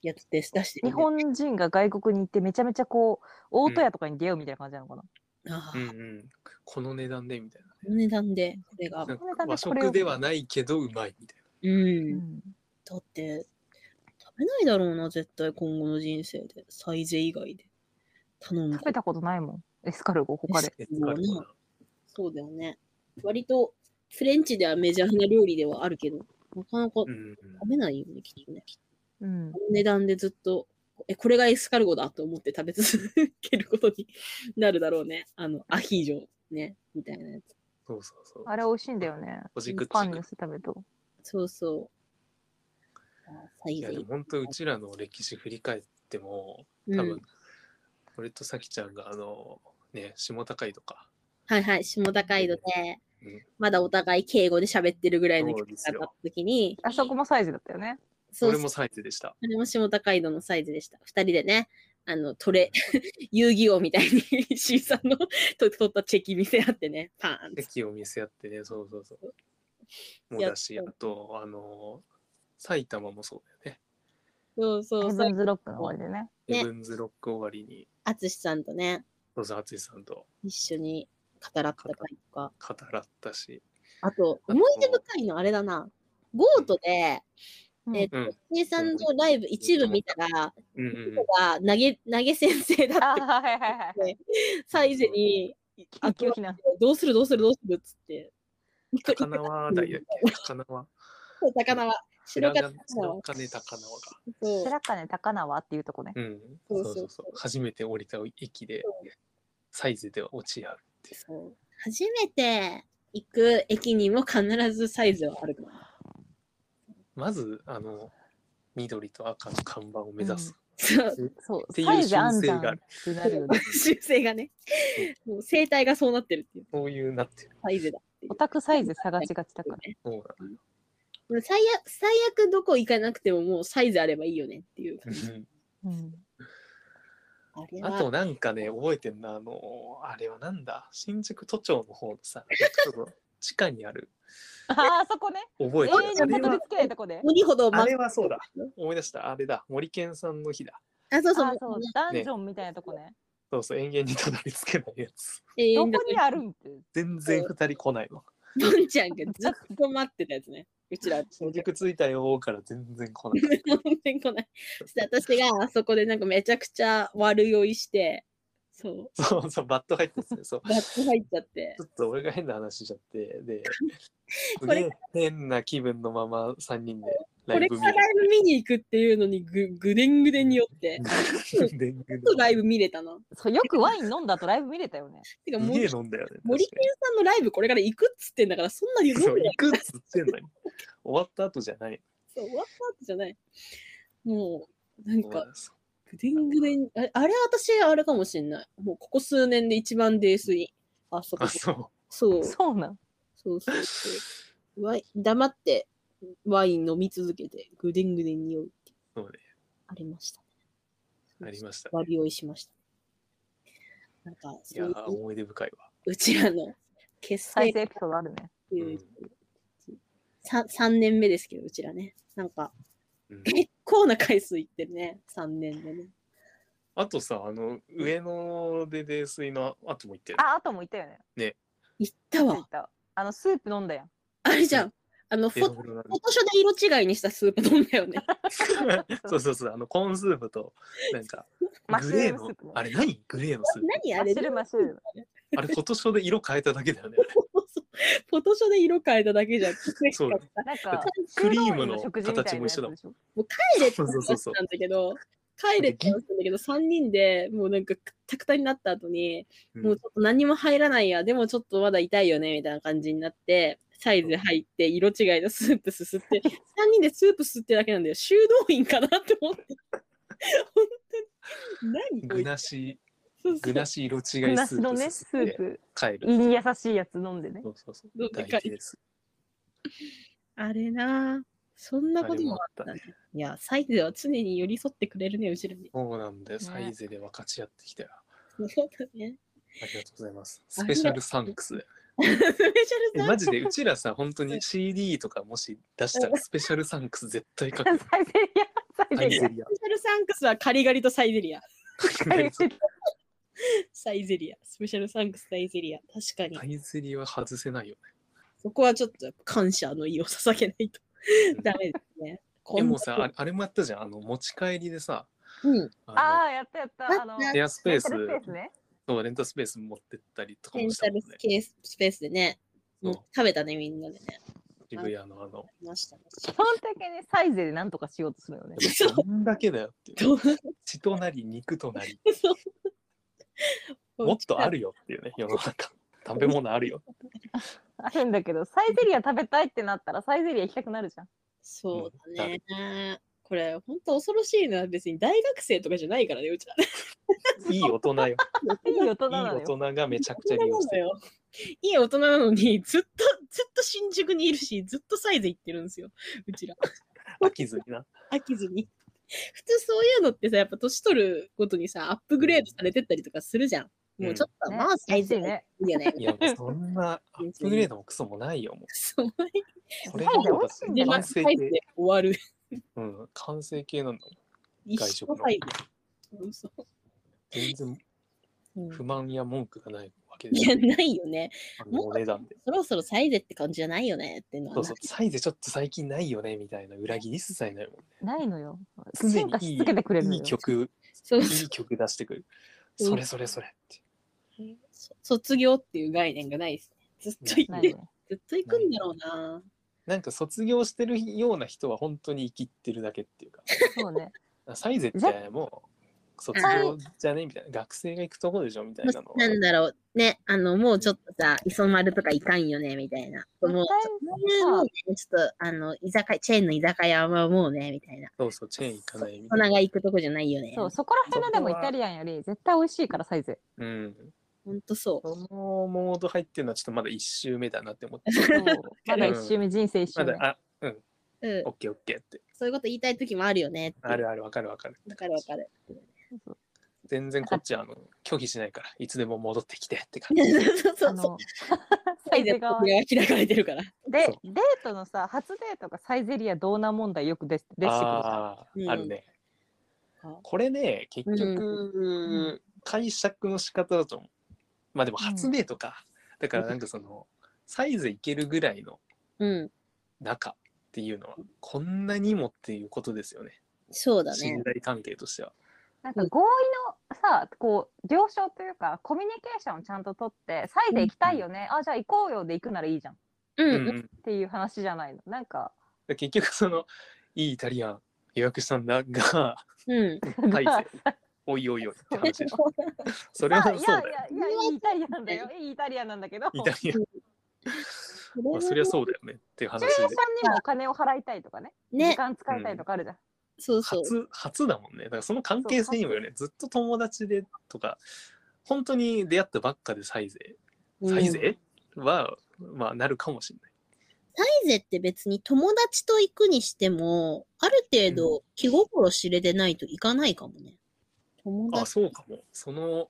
やつです出して
う。
る
日
ね
本人が外国に行ってめちゃめちゃこう、大戸屋とかに出会うみたいな感じなのかな。
ああ
うんうん。この値段でみたいな。
この値段でこれが
なん
この値段
か
で
和
これを
食ではないけどうまいみたい
うん
うん
だって食べないだろうな絶対今後の人生でサイゼ以外で頼む
食べたことないもん。エスカルゴ、他で。
エスカルゴな
そうだよね。割と、フレンチではメジャーな料理ではあるけど、なかなか
う
食
ん。
べないよね、きっとね。
うん
こ。の値段でずっと、え、これがエスカルゴだと思って食べ続けることになるだろうね。あの、アヒージョ、ね、みたいなやつ。
そうそうそう。
あれ美味しいんだよね
ほじくっ。ち
パンにして食べると。
そうそう。あサイ
い
ゼ
やでも本当うちらの歴史振り返っても
う
多
ん
分、俺とさきちゃんがあのね下高井とか
はいはい、下高井戸で、
うん
まだお互い敬語で喋ってるぐらいの
そう
時
です
だっ
よ
た時に、
あそこもサイズだったよね。
そう
俺
そう
もサイズでした。
あれも下高井戸のサイズでした。二人でね、あの、トレ、 遊戯王みたいに C さんのと取ったチェキ見せ合ってね、パーンって。
席を見せ合ってねそうそうそう。もうだし
やっ
あとあの埼玉もそうだよね。
そうそ
ヘ
う
ブ
そう
ン。ズロックの方でね。
ね
ヘブンズロック終わりに
淳さんとね、
ロザーツさんと
一緒に語らった回とか。
語らったし、
あと、
あと
思い出深いのあれだな。ゴートで、
うん
えっと
うん、
C さんのライブ一部見たら、
うん うんうん、
が投げ、投げ先生だ
あ
っ
ー
て
はいはいはいはい。
サイゼに、
緊急避難。
どうするどうするどうするっつって。
高輪だっけ高輪
そう高輪。白
白
金高
金
輪。
高輪高輪が。
そう
白金高輪っていうとこね。
うん、
そ
そうう
そう
そうそう初めて降りた駅でサイズでは落ち合うっていう
そう初めて行く駅にも必ずサイズはあるから。
まずあの緑と赤の看板を目指す、
そう。
そう、
っていう
サイズあんじゃん
習性があ
っ
る
てなるよね。
修正がね。もう生態がそうなってるっていう。
そういうなってる
サイズだってい
オタクサイズ探しがちだから。
そうな
う。もう最悪、最悪どこ行かなくてももうサイズあればいいよねっていう。
の
うん。
あれ
あ
は
となんかね覚えてんなあのあれはなんだ新宿都庁の方のさなんかちょっと地下にある
ああそこね。
覚
永
えて
遠
るあれ
にたどり
は
着けないとこで。
鬼ほど
あ
ま
れはそうだ思い出したあれだ森健さんの日だ
あ、そう
あ
そう
ー。そう
もう、
ダンジョンみたいなとこね。
そうそう永遠にたどり着けないやつ
永遠
ど
だ
こにあるんって。
全然二人来ないの
ボンちゃんがずっと待ってたやつね。うちら。
新宿着いたよーから全然来ない
全然来ない。そして私があそこでなんかめちゃくちゃ悪酔いして、そう、
そうそうバット入ってたんですよそう
バッと入っちゃって
ちょ、っと俺が変な話しちゃって、で、す
こ
げ
れ
え変な気分のまま3人でラ
こ
イ
れ
ブ
か
見
らライブ見に行くっていうのにぐぐでんぐでんによって、
る。で
ちょっとライブ見れたな。
そうよくワイン飲んだ後ライブ見れたよね。
てか、
す
森
げえ
健
飲んだよね。
森健さんのライブこれから行くっつってんだから、そんなに飲ん
確かにそ
で
う
ない
行くっつってんのに。終わった後じゃない。
そう終わった後じゃない。もう、なんか、
そう
ぐでんぐでん、あれ、あれ私、あれかもしんない。もう、ここ数年で一番泥酔。あそこ
あ、。そ
そう。
そうなん。
そうそうそう。ワイ黙ってワイン飲み続けて、ぐでんぐでんに酔うっていう
う。そうね。
ありましたね。
ありました。
割り酔いしました。なんか、
い
そ
や
うい
ー、
う
思い出深いわ。
うちらの結成
再
っ
生エピソードあるね。
て
う
い
ん
う、さ三 3, 年目ですけど、うちらね。なんか、
うん
結構な回数いってるね、3年でね。
あとさ、あの、上野で泥酔の後も行ってる。
ああともいたよね。
行った
い
わ。
た。あのスープ飲んだやん。
あれじゃん。あのフ
ベロ
ォ、
ベ
フ
ロなる
ォトショで色違いにしたスープ飲んだよね。
そうそうそう、あの、コーンスープと、なんか、
マッシ
グ
ュル
レ
ー
ー
ムス
の
ープね、
あれ何グレーのスープ。
何
マ
あ
ッシ
れ
ュルームマッシュルーム。
あれ、フォトショーで色変えただけだよね。
そうそうフォトショーで色変えただけじゃん。
そうね
なんか
クリームの
食堂
形も一緒だもん
の食事みたいな
帰れっ
やつでしょ
て
そうそうそう
話
そう
なんだけど、帰れって話なんだけど、3人でもうなんかくたくたになった後に、
う ん
もうちょっと何も入らないや、でもちょっとまだ痛いよね、みたいな感じになって、サイズ入って、色違いのスープすすって、3人でスープすってるだけなんだよ。修道院かなって思 って。本当に。何こ
具
いつ
なし、
そうそう
具なし色違いス
グラ
ー
ス
プ
のね、
す
ス
すっ
ー
て
プ。
帰
胃に
る。
優しいやつ飲んでね
そ。うそうそう
どう。で
大
かい
事です。
あれなぁそんなこともあった
あ
ね。いや、サイズは常に寄り添ってくれるね、後ろに。
そうなんだよ。サイゼで分かち合ってきたよ。
そうだ ね。
ありがとうございます。スペシャルサンクスだよ。
スペシャル
え
サン
マジでうちらさ、本当に CD とかもし出したらスペシャルサンクス絶対 書く。
サイゼリア、サイ
サ
ゼ
イ
リ
ゼ リア
ア。
スペシャルサンクスはカリガリとサイゼリア。
サイゼリ
サイゼリア。スペシャルサンクスサイゼリア。確かに
サ。イゼリアは外せないよ
そこはちょっと感謝の意を捧げない と
うん
ダメですね。
ね。
こ
で
ん
もうさ、ああれもやったじゃん。あの、持ち帰りでさ、
うん、
ア。
あ
ああ、やったやった。あの、
の、シェアスペース
レンタルスペースね。
そう、レンタルスペース持ってったりとか
レ
も
ン
し
タ
たもん
ル
ね
ス。ケーススペースでね、もう
そう
食べたね、みんなでね。
渋谷のあの、
食べましたね。
基本的にサイゼでなんとかしようとするよね。
そう
こんだけだよっていう。
そう
血となり肉となり、
そう
もっとあるよっていうね、世の中。食べ物あるよ。
あるんだけど、サイゼリア食べたいってなったらサイゼリア行きたくなるじゃん。
そうだね。これ、本当恐ろしいな。別に大学生とかじゃないからね、うちは。
いい大人よ。いい
いい大人なの
大
よ。
人がめちゃくちゃ利用してる。
いい大人なのに、ずっと、ずっと新宿にいるし、ずっとサイズ行ってるんですよ。うちら。
飽きずにな。
飽きずに。普通そういうのってさ、やっぱ年取るごとにさ、アップグレードされてったりとかするじゃん。
うん
もうちょっと、
ね
まあサイズいい
ね。
よね。
いや、もうそんなアップグレードもクソもないよ。も
そう。
うこれがもうだって
で、ま
完
ず
成
サイズ
形。
で終わる。
うん、完成形なんだもん。
一
外食
生
の
サイズ。そうそう
全然
うん
不満や文句がないわけで
い
す
や、
よ。
ないよね。
あのお値段で。
そろそろサイゼって感じじゃないよねっていうのは
そ
な
うそう、サイズちょっと最近ないよねみたいな裏切り一切ないもんね。
ないのよ。
常
進
に
化
い
し
い
続けてくれるの
い
よ。
い曲、
そう
いい曲出してくる。
うん
それそれそれって。
そ卒業っていう概念がないですね。ずっと行
な
っ
い
て、
よね。
ずっと行くんだろうな。
なんか卒業してるような人は本当に生きってるだけっていうか。
そうね。
サイゼってもう卒業じゃねみたいな。学生が行くとこでしょみたいなの
な
は
んだろうね、あの、もうちょっとさ、磯丸とか行かんよね、みたいな。もう、そういうもうね、ちょっと、あの、居酒屋、チェーンの居酒屋はもうね、みたいな。
そうそう、チェーン行かないみた
大
いな。
人が行くとこじゃないよね。
そう、そこら辺のでもイタリアンより絶対美味しいからサイ ゼ。
うん。
ほんとそ
そのモード入ってるのはちょっとまだ一周目だなって思って。
そうまだ一周目、人生一周
ま
目
だ。、あ、うん、
う。うん
オッケーオッケーって。
そういうこと言いたい時もあるよねっていう。
あるある、わかるわかる。
わかるわ かる。
そう
全然こっちはあの拒否しないから、いつでも戻ってきてって感じ。
そうそ
あ
うそう。
の サ
サ
イ
イゼ
ゼ
が
が
開かれてるから。
で
そう
デートのさ初デートがサイゼリアドーナ問題よく出して出してくるじゃん
あ
うん
あ、あるね
あ。
これね、結
う
局、解釈の仕方だと思う。まあでも、
うん
初デートか。だからなんかその、サイズいけるぐらいの
うん。
中っていうのは、こんなにもっていうことですよね。
そうだ
信
ね。
頼関係としては。
なんか合意のさこう了承というかコミュニケーションをちゃんと取ってサイゼ行きたいよね、あじゃあ行こうよで行くならいいじゃんっ
うん
う
うんん。
うん
ていう話じゃないのなんか
で結局、その、いいイタリアン予約したんだが、
うん。
サイ
が
ゼ、おいおいおいって話 でしょ。それは
あ
そう
いやい
だよ。
やいやいいイタリアンだよいいイタリアンなんだけど
イ
中
タ
央
リアン、まあ、そりゃそうだよねっていう話
さん
で。
にもお金を払いたいとかね
ね
時間使いたいとかあるじゃん、
そうそう。
初初だもんねだからその関係性にもよねずっと友達でとか本当に出会ったばっかでサイゼ
うん
サイゼ、はまあなるかもしれない
サイゼって別に友達と行くにしても、ある程度気心知れてないと行かないかもね。友
あ
達
そうかもその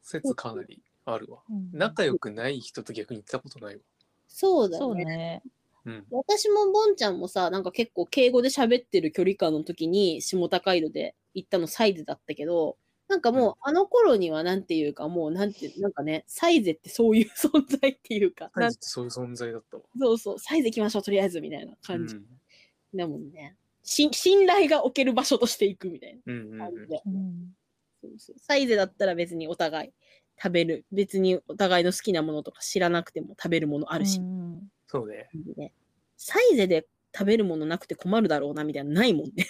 説かなりあるわ仲良くない人と逆に行ったことないわ
そうだ
そう
ね。
ね
うん
私もボンちゃんもさ、なんか結構敬語で喋ってる距離感の時に下高井戸で行ったのサイゼだったけど、なんかもうあの頃にはなんていうかもうなんて、なんかね、サイゼってそういう存在っていうか、
サイ
なん
ゼってそういう存在だったわ、
そうそう、サイゼ行きましょうとりあえずみたいな
う
感じ
ん
だもんね。し信頼が置ける場所として行くみたい
うんうんう
な感じ
ん
で。そうそうサイゼだったら別にお互い食べる別にお互いの好きなものとか知らなくても食べるものあ
あ
るし、
そうね
ねサイゼで食べるものなくて困るだろうなみたいなのないもんね。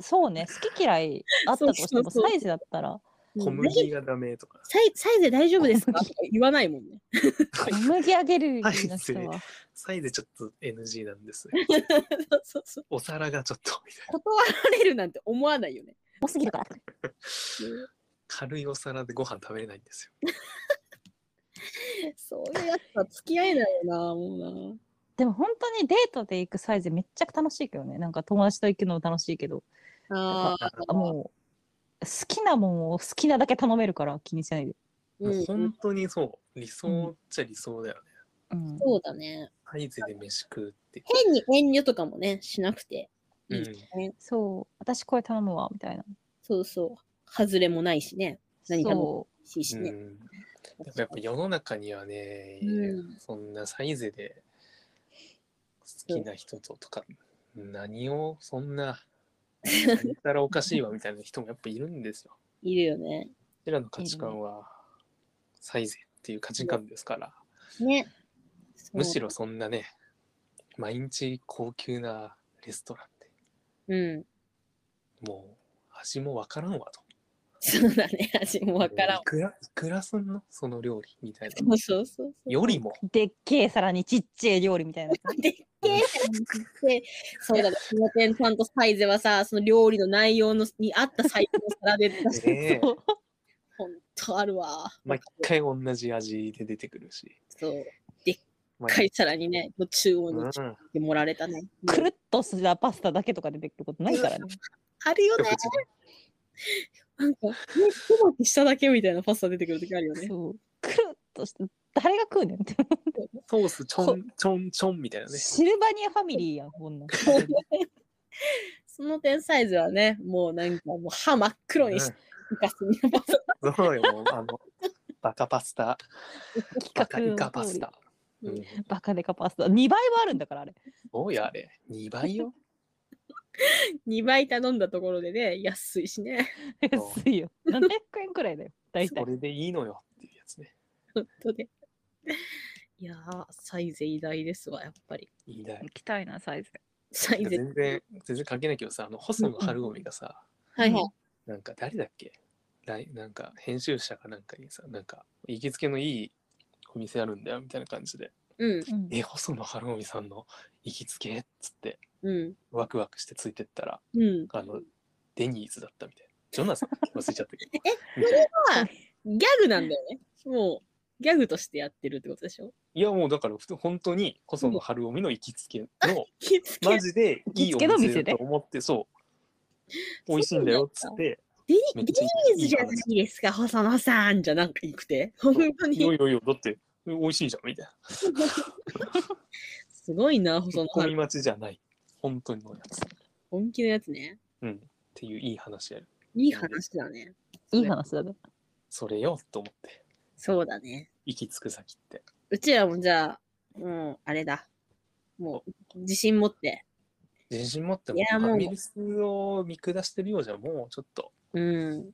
そうね好き嫌いあったとして
そ
も
うそうそう
サイズだったら
小麦がダメとか
サイサイゼ大丈夫ですかとか言わないも んね。
小麦あげるような
サイ
人
ゼ
は
サイゼちょっと NG なんですね
そうそうそう
お皿がちょっとみたいな
断られるなんて思わないよね。
多すぎるから
軽いお皿でご飯食べれないんですよ
そういうやつは付き合えないよな、も
でも本当にデートで行くサイズめっちゃ楽しいけどねなんか友達と行くのも楽しいけど
うな。ああ
あもう好きなもんを好きなだけ頼めるから気にしないで、
う、
もうん
そ
本当にそう理想っちゃ理想だよね、
うん、
うだね。
サイゼで飯食うって。
変に遠慮とかもね、しなくていいしね。
そう私これ頼むわみたいな
そうそう。外れもないしね。何かも
そ
美味しいし
うん。う
ね。
んでもやっぱ世の中にはね、
うん
そんなサイゼで好きな人ととか、何をそんな、言ったらおかしいわみたいな人もやっぱいるんですよ。
いるよね。
こちらの価値観は最善っていう価値観ですから、
ね。そう
むしろそんなね、毎日高級なレストランって、
うん。
もう味もわからんわと。
そうだね。味もわからん
い。くら、いくらすんのその料理みたい
そ
な。
うそうそうそう。
よりも、
でっけえ皿にちっちゃい料理みたいな。
でっけえって、そうだね。キマテンさんとサイゼはさ、その料理の内容のに合ったサイズの皿で 出して、
ねえ
そう
ほんとあるわ。
毎回同じ味で出てくるし。
そう。
まあ
会社らにね、もう中央に
うん、
行ってもられたね。
くる
もう
っとしたパスタだけとか出てくることないからね。
あるよね。なんか、ね、トマトしただけみたいなパスタ出てくるときあるよね。
そうくるっとした誰が食うねんって。
ソースちょんちょんちょんみたいなね。
シルバニアファミリーやん、こんなん。
その点サイズはね、もうなんかもう歯真っ黒にして、ガスにパス
うんそうよ、もうあの、バカパスタ、バカ
企
イカ
画の
パ
通
ス
り
タ。うん、
バカデカパスタ。2倍はあるんだから、あれ。
おいあれ、2倍よ。
2倍頼んだところでね、安いしね。
そう
安いよ。700円くらいだよ。大体
そ。れでいいのよっていうやつね。
本当で。いやー、サイゼ偉大ですわ、やっぱり。
いいだい。
きたいな、サイズ。
サイゼ。
全然、全然関係ないけどさ、あの、細野晴臣がさ、
はいはい。
なんか誰だっけ来なんか編集者かなんかにさ、なんか行きつけのいいお店あるんだよみたいな感じで、
うん。
うん
え、細野晴臣さんの行きつけっつって、
うん。
ワクワクしてついてったら、
うん。
あの、デニーズだったみたいな。ジョナサン忘れちゃったけど。
え
みたいな
ギャグなんだよね。もう、ギャグとしてやってるってことでしょ
いやもうだからふと本当に細野晴臣の行きつけの
気付け
マジでいいお
行きつけの店
店
で
だと思ってそう美味しいんだよっつって
デニ
めっ
デ
ちゃ
ニーズじゃないですか、細野さんじゃなんか行くて。本当
いよ
に。
いよいよだって美味しいじゃんみたいな
すごいな、
ツ
細
ッ
野
コ
さ
ミ
ん。
待ちじゃない本当にのやつっ
本気のやつね。
ていういい話やる
いい話だね。
いい話だね。
それよと思って
そうだね。
行き着く先って
うちらもじゃあ、もう、あれだ。もう、自信持って。
自信持って
い
も
や
フ
もう
ァミレスを見下してるようじゃもうちょっと
うん。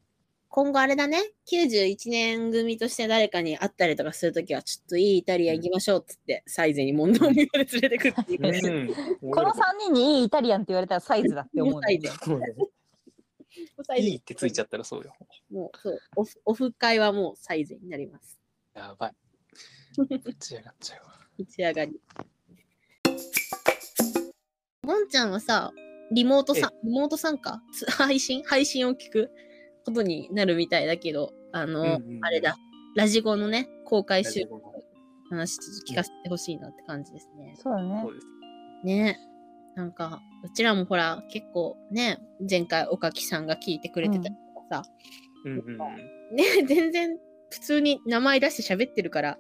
今後あれだね。91年組として誰かに会ったりとかするときは、ちょっといいイタリア行きましょうっつって、サイゼに問答無用で連れてくっていう
う
ね。
ん
この3人にいいイタリアンって言われたらサイズだって思うね。
そうね
サイゼ
いいってついちゃったらそうよ
もう、そう。オフオフ会はもうサイゼになります。
やばいぶち上がっちゃうわ
一上がり。もんちゃんはさ、リモートさん、リモート参加つ配信配信を聞くことになるみたいだけど、あの、
うんうんうん
あれだ。ラジコのね、公開収録
大丈夫
話ちょっと聞かせてほしいなって感じですね。
そうだね
そう。です
ねなんか、うちらもほら、結構ね、前回おかきさんが聞いてくれてたりとかさ、
うんうんうん
ね、 全然普通に名前出して喋ってるから、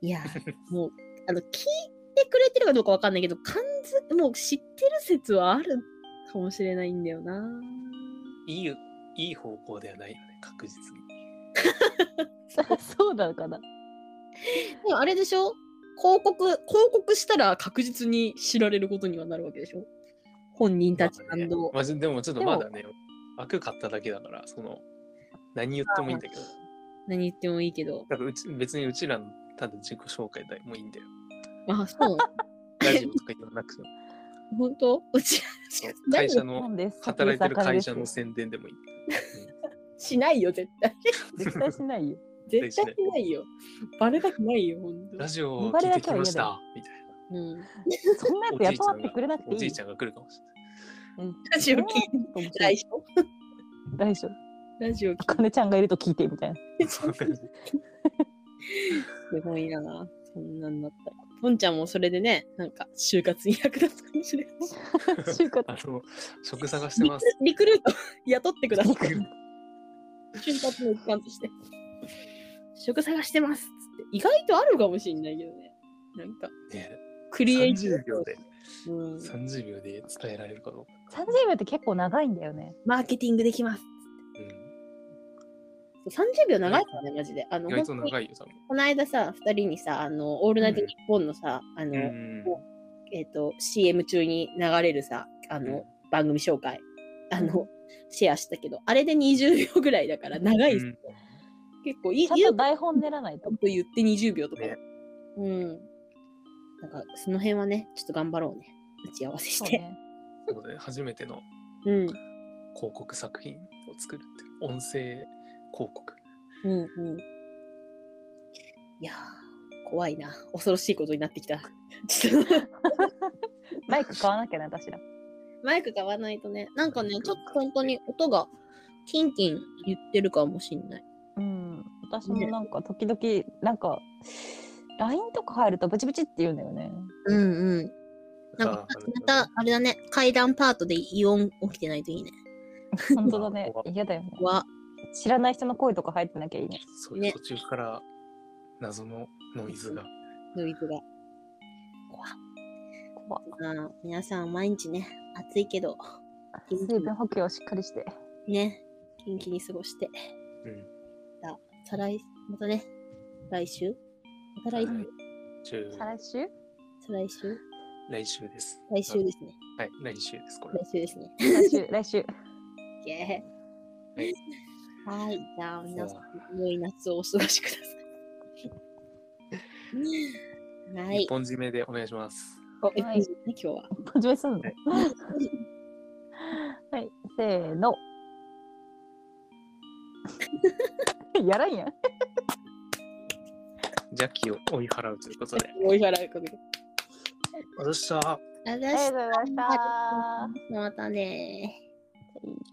い やー、もう、あの、聞いてくれてるかどうかわかんないけど、完全、もう知ってる説はあるかもしれないんだよな。
いい、いい方向ではないよね、確実に。
そうなのかな。
でもあれでしょ広告、広告したら確実に知られることにはなるわけでしょ本人たち
まあねまあ、でもちょっとまだね、枠買っただけだから、その、何言ってもいいんだけど、
何言ってもいいけど。
だからうち別にうちらのただ自己紹介だもういいんだよ。
あ、 そう。
ラジオとか言わなく ても、
本当うち
そう
何
会社
な
の、
んです。
働いてる会社の
絶
宣伝でもいい。
しないよ、絶対。
対しないよ。
絶対しないよ。バレたくないよ、本
うん
当
ラ。ジオを聞いてきました、みたいな。
うん。
そんなやつ雇わってくれなくていい。
おじいちゃんが来るかもしれない。
ラジオ聞い
い
てないでしょ
大丈夫。
ラジオ聞い
あかねちゃんがいると聞いてみたいな。
てすごいな。そんなんなったら。ポンちゃんもそれでね、なんか就活に役立つかもしれない。
就活
あの、職探してます。
リクルート雇ってください
リク。
就活の一環として。職探してますっつって。意外とあるかもしれないけどね。なんか、
ね、
クリエイティ
30
ブ
秒。で、
うん、
30秒で伝えられるかどうか。
30秒って結構長いんだよね。
マーケティングできます。
うん、
30秒長いからね、マジで。あの、
意外と
本当に
長いよ、多分。
この間さ、2人にさ、あの、オールナイトニッポンのさ、あの、
うん
えっ、と、CM 中に流れるさ、あの、
うん
番組紹介、あの、シェアしたけど、あれで20秒ぐらいだから長いですよ、結構いい
ちゃんと台本練らないと
と。言って20秒とか。
ね
うん。なんか、その辺はね、ちょっと頑張ろうね。打ち合わせし
そう
て。
ね
そうね、初めての
うん。
広告作品を作るっていう音声広告
うんうん。いやー、怖いな。恐ろしいことになってきた。ちょっと
マイク買わなきゃな、私ら。
マイク買わないとね。なんかね、ちょっと本当に音がキンキン言ってるかもしんない。
うん。私もなんか、時々、なんか、LINE とか入るとブチブチって言うんだよ ね。
うんうん。なん
が
か、また、あれだね、階段パートで異音起きてないといいね。
本当だね
怖。
嫌だよね。
わ、
知らない人の声とか入ってなきゃいいね。
そういう
ね
途中から謎のノイズが、
ノイズが。
怖っ
まあ、皆さん毎日ね、暑いけど、
水分補給をしっかりして。
ね、元気に過ごして、
うん、
再来、またね、来週また来週、
はい中
再来週
再来週
来週です。
来週ですね。
はい、来週です、これ。
来週ですね。
来週、 来週。
イエーイはい、じゃあ皆さ
さ
ん、良い夏をお過ごしくださ い。は
一
い。
本締めでお願いします。
おえ
はい
今日は。
始めすんの
はい
はい、せー の。やらんやん。
邪気を追い払うということで。
おい払うことで。
ありがとうございました。
あり
あ
が
り
と
が
う
とうございま
ござ
した。
いました。またねー。